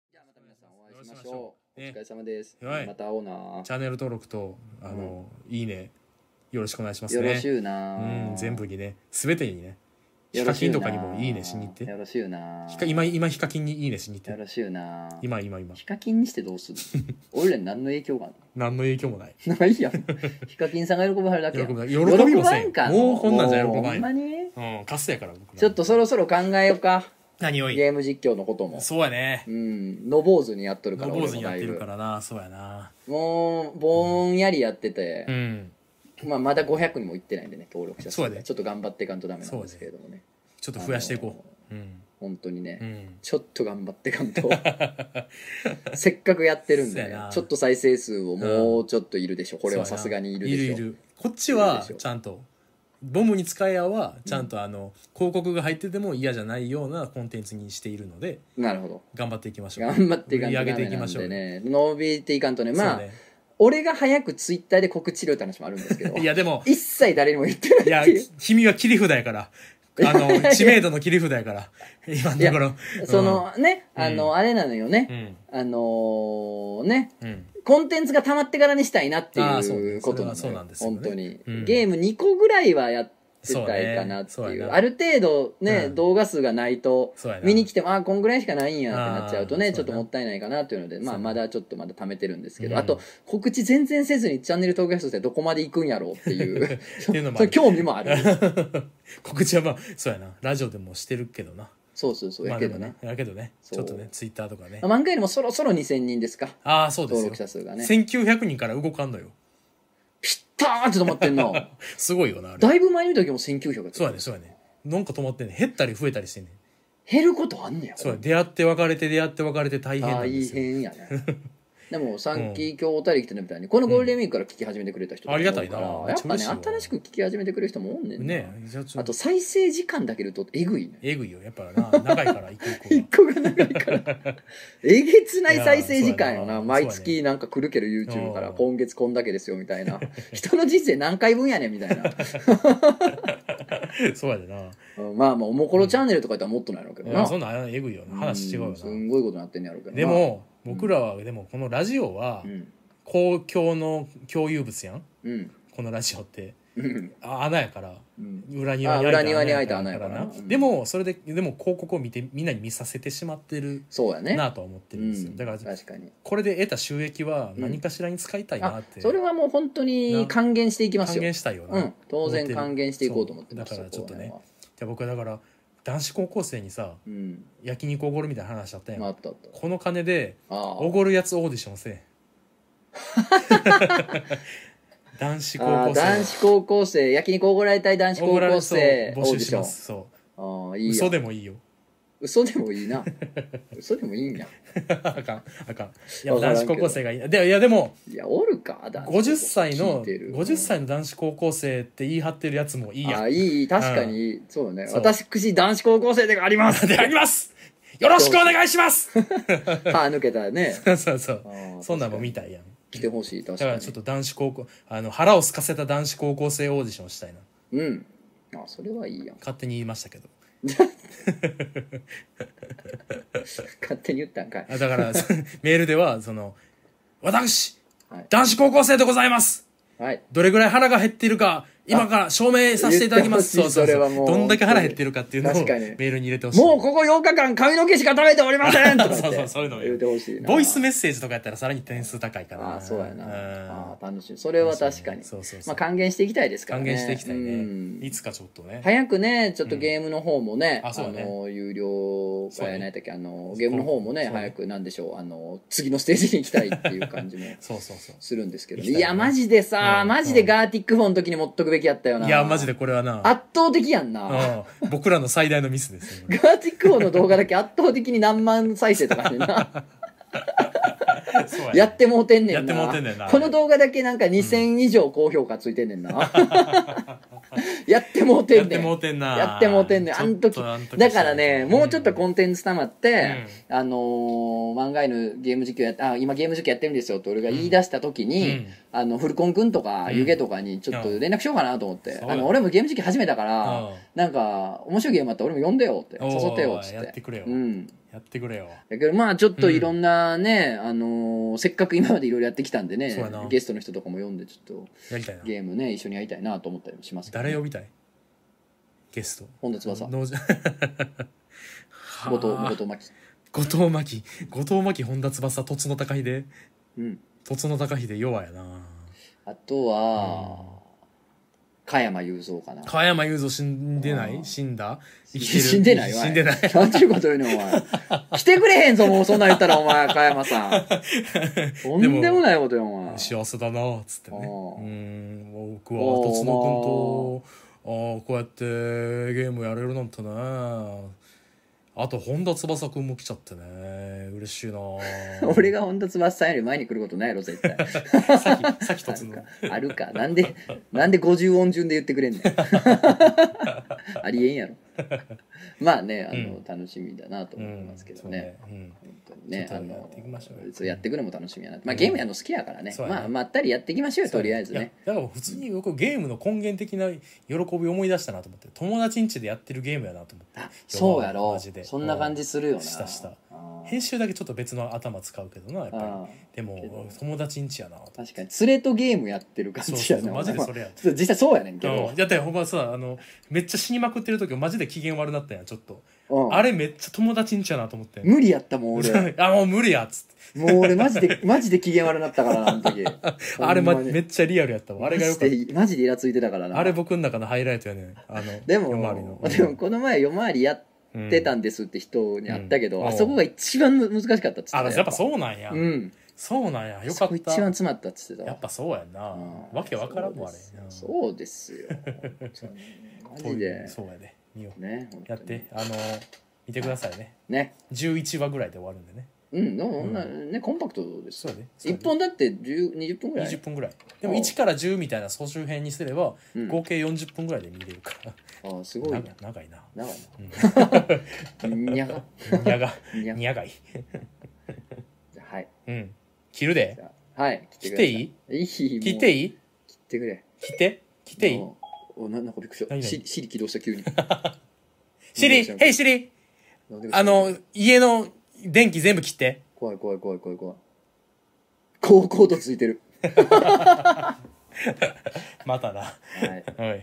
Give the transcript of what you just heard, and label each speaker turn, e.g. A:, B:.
A: さんお会いしましょう。お
B: ね
A: 疲れ様です。
B: はい
A: また会おうな。
B: チャンネル登録と、あの、いいね、よろしくお願いします
A: よ
B: ね。
A: ろしゅう
B: う
A: な。
B: ん、全部にね、すべてにね、ヒ
A: よ
B: カ
A: ろし
B: キ
A: ゅ
B: ン
A: うな。
B: とかにもいいねしに行って。
A: よろしゅうな。
B: ヒカ今、今、ヒカキンにいいねしに行
A: よ
B: って。
A: ろしゅうな。
B: 今、今、今。
A: ヒカキンにしてどうする 俺らに何の 影響がある
B: 何の影響もない。
A: のない やん。ヒカキンさんが喜ばはるだけ
B: 喜
A: やん。
B: びない喜びも
A: 喜ば
B: せ
A: ん
B: ん。
A: か
B: もうこんなんじゃ喜ば
A: もうほん
B: な
A: ま
B: い。
A: に
B: うん、カスやから、僕ら
A: ちょっとそろそろ考えようか。
B: 何をいい。
A: ゲーム実況のことも。
B: そうやね。
A: うん。のぼうずにやっとるか
B: の
A: ら、
B: 坊主
A: 俺も
B: にや
A: だ
B: っ
A: い
B: てる
A: ぶ
B: か。らな、そうやな。
A: もう、ぼんやりやってて
B: う。ん。
A: まあ、まだ500にも行ってないんでね、登録者数
B: そうやで
A: ちょっと頑張っていかんとダメなんですけれどもね。
B: ちょっと増やしていこう。うん。
A: 本当にね、
B: うん。
A: ちょっと頑張っていか んと。せっかくやってるんで
B: そう
A: ね
B: やな、
A: ちょっと再生数をもうちょっといるでしょ。これはさすがにいるでしょ。
B: いるいる。こっち
A: いる
B: は、
A: でしょ
B: ちゃんと、ボムに使い合うは、ちゃんとあの、広告が入ってても嫌じゃないようなコンテンツにしているので、
A: なるほど。
B: 頑張っていきましょう。
A: 頑張っていかんとダ
B: 売り上げ
A: メ
B: ていき
A: な
B: ま
A: ん
B: しょう
A: でね、伸びていかんとね、まあ、
B: そうね
A: 俺が早くツイッターで告知料って話もあるんですけど
B: い、やでも、
A: 一切誰にも言ってない
B: いや
A: っていう、
B: 君は切り札や から。あの、知名度の切り札やから。今のところ。うん
A: そ、のね、あ
B: う
A: の、あれなのよ
B: う
A: ね。
B: ん。
A: あのーね、
B: うん。
A: コンテンツが溜まってからにしたいなって
B: ああそう
A: い
B: ね
A: うことなの
B: それはそうなんですよね
A: 本当に、
B: うん
A: ゲーム2個ぐらいはやって
B: そう
A: たいかな
B: ね。
A: って
B: そう
A: いう
B: やな。
A: ある程度ね、
B: うん
A: 動画数がないと
B: そうやな
A: 見に来てもああこんぐらいしかないんやってなっちゃうと
B: あ
A: ね
B: あ
A: ちょっと
B: そうやな
A: もったいないかなというのでまあ
B: そうやな
A: まだちょっとまだ貯めてるんですけど、
B: うん
A: あと告知全然せずにチャンネル登録者数ってどこまで行くんやろうって いう
B: っていうのもあ
A: それ
B: る。
A: 興味も ある
B: 告知はまあ、そうやな。ラジオでもしてるけどな。
A: そうそうそう
B: ま
A: や
B: あ
A: け
B: で
A: ど
B: も
A: ね
B: ね。、やけどね。
A: そう
B: ちょっとね、ツイッターとかね
A: ま。あ漫画よりもそろそろ2000人ですか
B: ああ、そうで
A: 登
B: すよ
A: 録。者数がね
B: 1900人から動かんのよ。
A: ピッターンって止まってん の
B: すごいよな、あれ。
A: だいぶ前の時も1900やった
B: そうやね、そうやね。なんか止まってんね。減ったり増えたりしてんね。
A: 減ることあんねや
B: そうや、出会って別れて出会って別れて大変なんで
A: 大
B: すよ。
A: 変や ねでもさっき今日お便り来てるみたいにこのゴールデンウィークから聞き始めてくれた人とか
B: ありがたいな
A: 多
B: め
A: い
B: っ
A: から
B: ちゃ嬉しい
A: やっ
B: わ
A: ぱね新しく聞き始めてくれる人もおんねんな
B: ねじゃあちょ
A: あ
B: っと
A: と、再生時間だけでとえぐい ね
B: えぐいよ。やっぱな、長いから、一個一個
A: 一個
B: が。
A: が長いから えげつない再生時間よ
B: いや
A: な
B: ー
A: 毎月なんか来るけど YouTube か
B: う
A: ら
B: ん
A: 今月こんだけですよみたいな 人の人生何回分やねんみたいな
B: そう やでな。
A: うんまあまあおもころチャンネルとかやったらもっとないのけど
B: いや
A: な
B: そんなんえぐいよな話違うよ
A: んす
B: なん
A: ごいことなってんねやろうけどな
B: でも、僕らはでもこのラジオは
A: うん
B: 公共の共有物やん
A: うん
B: このラジオって
A: うん
B: あ穴やから
A: うん
B: 裏庭に
A: あ裏庭に開いた穴
B: や
A: やか
B: か
A: らら
B: な
A: なうん
B: でもそれででも広告を見てみんなに見させてしまってる
A: そうやね
B: なとは思ってるんですよだから
A: うん、確かに
B: これで得た収益は何かしらに使いたいな
A: あ
B: って
A: それはもう本当に還元していきますよ
B: 還元したいよな
A: うん当
B: 思って
A: 然
B: る
A: 還元していこうと思ってます
B: そうだから
A: そこら
B: ちょっとね
A: 辺は
B: で僕はだから男子高校生にさ
A: うん
B: 焼肉おごるみたいな話しちゃったやん
A: まああったあった
B: この金で
A: あ
B: お
A: ー
B: ごるやつオーディションせ え男子高
A: あー
B: 校生
A: 男子高校生焼肉おごられたい男子
B: おご
A: 高
B: られ
A: 校
B: そう
A: 生
B: 募集しますそ
A: オーディションああ
B: う
A: いい
B: 嘘
A: や
B: でもいいよ
A: 嘘でもいいな 嘘でもいいんや
B: あかんあかんいや
A: わからん
B: 男
A: けど
B: 子高校生がいいでいやでも
A: いやおるか男子高校生
B: 50歳の
A: 聞いてる
B: 50歳の男子高校生って言い張ってるやつもいいや
A: あ
B: ん
A: ーいい確かにいい、そうだね
B: そう
A: 私男子高校生でありま す
B: でありますよろしくお願いします
A: 歯抜けたらね
B: そうそうそう
A: あー
B: そんなんも見たいやん
A: 来てほしい確
B: だか
A: からに
B: ちょっと男子高校あの腹をすかせた男子高校生オーディションしたいな
A: うんあそれはいいやん
B: 勝手に言いましたけど
A: 勝手に言ったんかい
B: あだ から、そメールでは、その、私、
A: はい
B: 男子高校生でございます
A: はい
B: どれぐらい腹が減ってるか、今から証明させていただきます。
A: 言ってほしい
B: そう
A: そ
B: そう
A: れ
B: そ
A: は
B: う
A: もう
B: どんだけ腹減ってるかっていうのをメ
A: 確かに
B: ールに入れてほしい。
A: もうここ8日間髪の毛しか食べておりませんとか
B: そうそうそういうのもいい
A: 言ってほしいな。
B: ボイスメッセージとかやったらさらに点数高いから。
A: ああ、そうやな。
B: ん
A: ああ、楽しい。それは確かに。
B: そうそうそ
A: ま
B: う
A: あ、。還元していきたいですから
B: 還
A: ね。
B: 元していきたい
A: うん
B: ね。いつかちょっとね。
A: 早くね、ちょっとゲームの方もね、
B: うんあ
A: あ
B: そうだね
A: の、有料
B: そう
A: が
B: だね
A: やないとき、あの、ゲームの方もね、
B: そうだね
A: 早く、なんでしょう、あの、次のステージに行きたいっていう感じも
B: そうそうそう。
A: するんですけど、
B: 行き
A: い
B: たいね
A: や、マジでさ、
B: うん
A: マジでガーティックフォンの時に持っとくべきやったよな。
B: いや、マジで。これはな、
A: 圧倒的やんな。
B: うん僕らの最大のミスですよ。こ
A: ガーティックフォンの動画だけ圧倒的に何万再生とかねんな。
B: れそうやね
A: やってもうてんねんな。
B: やってもうてんねんな
A: この動画だけなんか2000以上高評価ついてんねんな。やってもうて
B: やっ
A: んね
B: て
A: ん
B: もうてんな
A: やってもうてんねんあん時
B: ちょっとあん時
A: だからね、もうちょっと
B: ん
A: コンテンツ溜まって、あのー、漫画犬ゲーム実況やっあ今ゲーム実況やってるんですよって俺が言い出した時に、
B: うん
A: あのフルコンくんとか
B: うん
A: 湯気とかにちょっと連絡しようかなと思って、
B: そうや
A: あの俺もゲーム実況始めたか
B: う
A: ら、
B: ん
A: なんか面白いゲームあったら俺も呼んでよって
B: おー
A: 誘ってよっつっ
B: やっててくれよ、
A: うん
B: やってくれよ
A: だけどまあちょっといろんなね、あのーせっかく今までいろいろやってきたんでね
B: そうやな
A: ゲストの人とかも呼んでちょっ
B: やりたいな
A: とゲームね一緒にやりたいなと思ったりもしますけどね、
B: 誰呼びたいゲスト
A: 本田翼
B: 農場 はあ
A: 後藤後藤真希
B: 後藤真希後藤真希本田翼とつの高秀
A: うん
B: とつの高秀弱やな
A: あとは、加山雄三かな。
B: 加山雄三死んでな
A: あ
B: い
A: ー
B: 死んだ生きてる
A: 死んでないわ。
B: 死んでない
A: なんていうこと言うねん、お 前。来てくれへんぞ、もうそんなん言ったら、お前、加山さ ん。とんでもないことよ、お前。
B: 幸せだなっつってねう
A: あー
B: ーん僕は
A: おー
B: とつの君とああこうやってゲームやれるなんてねあと本田翼君も来ちゃってね嬉しいな
A: 俺が本田翼さんより前に来ることないやろ、絶対。
B: さっきさっきとつの
A: あるか。なんで、なんで50音順で言ってくれんね ん。ありえんやろ。まあね、あの、
B: うん
A: 楽しみだなと思いますけどね。
B: そうね
A: 本当にね、
B: ちょ
A: あ
B: っとや
A: の
B: っていきましょうよ
A: そうやっていくのも楽しみやな、まあ、ゲームやるの好きやからね,、
B: そうやね
A: まあまったりやっていきましょう
B: うん
A: よとりあえずね
B: いやだから普通に僕ゲームの根源的な喜びを思い出したなと思って友達ん家でやってるゲームやなと思って
A: あそうやろ
B: マジで
A: そんな感じするよな
B: したした
A: あー
B: 編集だけちょっと別の頭使うけどなやっぱ
A: あ
B: り
A: け
B: で
A: ど
B: も友達ん家やなと
A: ー確かに連れとゲームやってる感
B: そう
A: じ
B: そ
A: や
B: うそう
A: な
B: マジでそれや
A: ちょっと実際そうやねんけど
B: うん、やったよほんまさあのめっちゃ死にまくってる時マジで機嫌悪なったんやちょっと
A: うん
B: あれめっちゃ友達ん家やなと思って
A: 無理やったもん俺
B: あもう無理やっつって
A: もう俺マジでマジで機嫌悪なったからなあの時
B: あれ、ま、
A: ほんまに
B: めっちゃリアルやったわあれがよか
A: マ
B: っ
A: ジでマジでイラついてたから
B: た
A: な
B: あれ僕の中のハイライトやねあの
A: でも
B: 夜回りの
A: でもこの前夜回りやってたんですって人に会ったけど、
B: うん
A: あそこが一番む難しかったっつってた
B: あやっぱそうなんや、
A: うん
B: そうなんやよ
A: そ
B: かっ
A: こ一
B: た
A: 番詰まったっつってた
B: や
A: わ
B: っぱそうやんな、
A: うん
B: わけわからんもんあれ
A: そうです よそうですよマ
B: う
A: ジ
B: ん
A: で
B: そうやで見よう
A: ね本当に
B: やってあの見てくださいね
A: ね
B: 11話ぐらいで終わるんでね
A: うんでもそんなねコンパクトです
B: そうやでそうや
A: 一
B: で
A: 本だって10 20分ぐらい
B: 20分ぐらいでも1から10みたいな総集編にすれば
A: うん
B: 合計40分ぐらいで見れるから、
A: あーすごい
B: 長
A: ね
B: い長いな
A: 長い
B: う ん
A: なにゃが
B: にゃが
A: にゃ
B: にゃがい
A: はい
B: うん切るで
A: じゃあはい
B: 来ていい
A: いいい
B: 来て
A: い
B: いい
A: 切ってくれ
B: 来て来ていい
A: もうおななんかびっくりした
B: 何々
A: シリシリ起動した 急に
B: シリヘイシリ
A: なんで
B: あの家の電気全部切って
A: 怖い怖い怖い怖い怖い高校とついてる
B: またな
A: はい
B: はい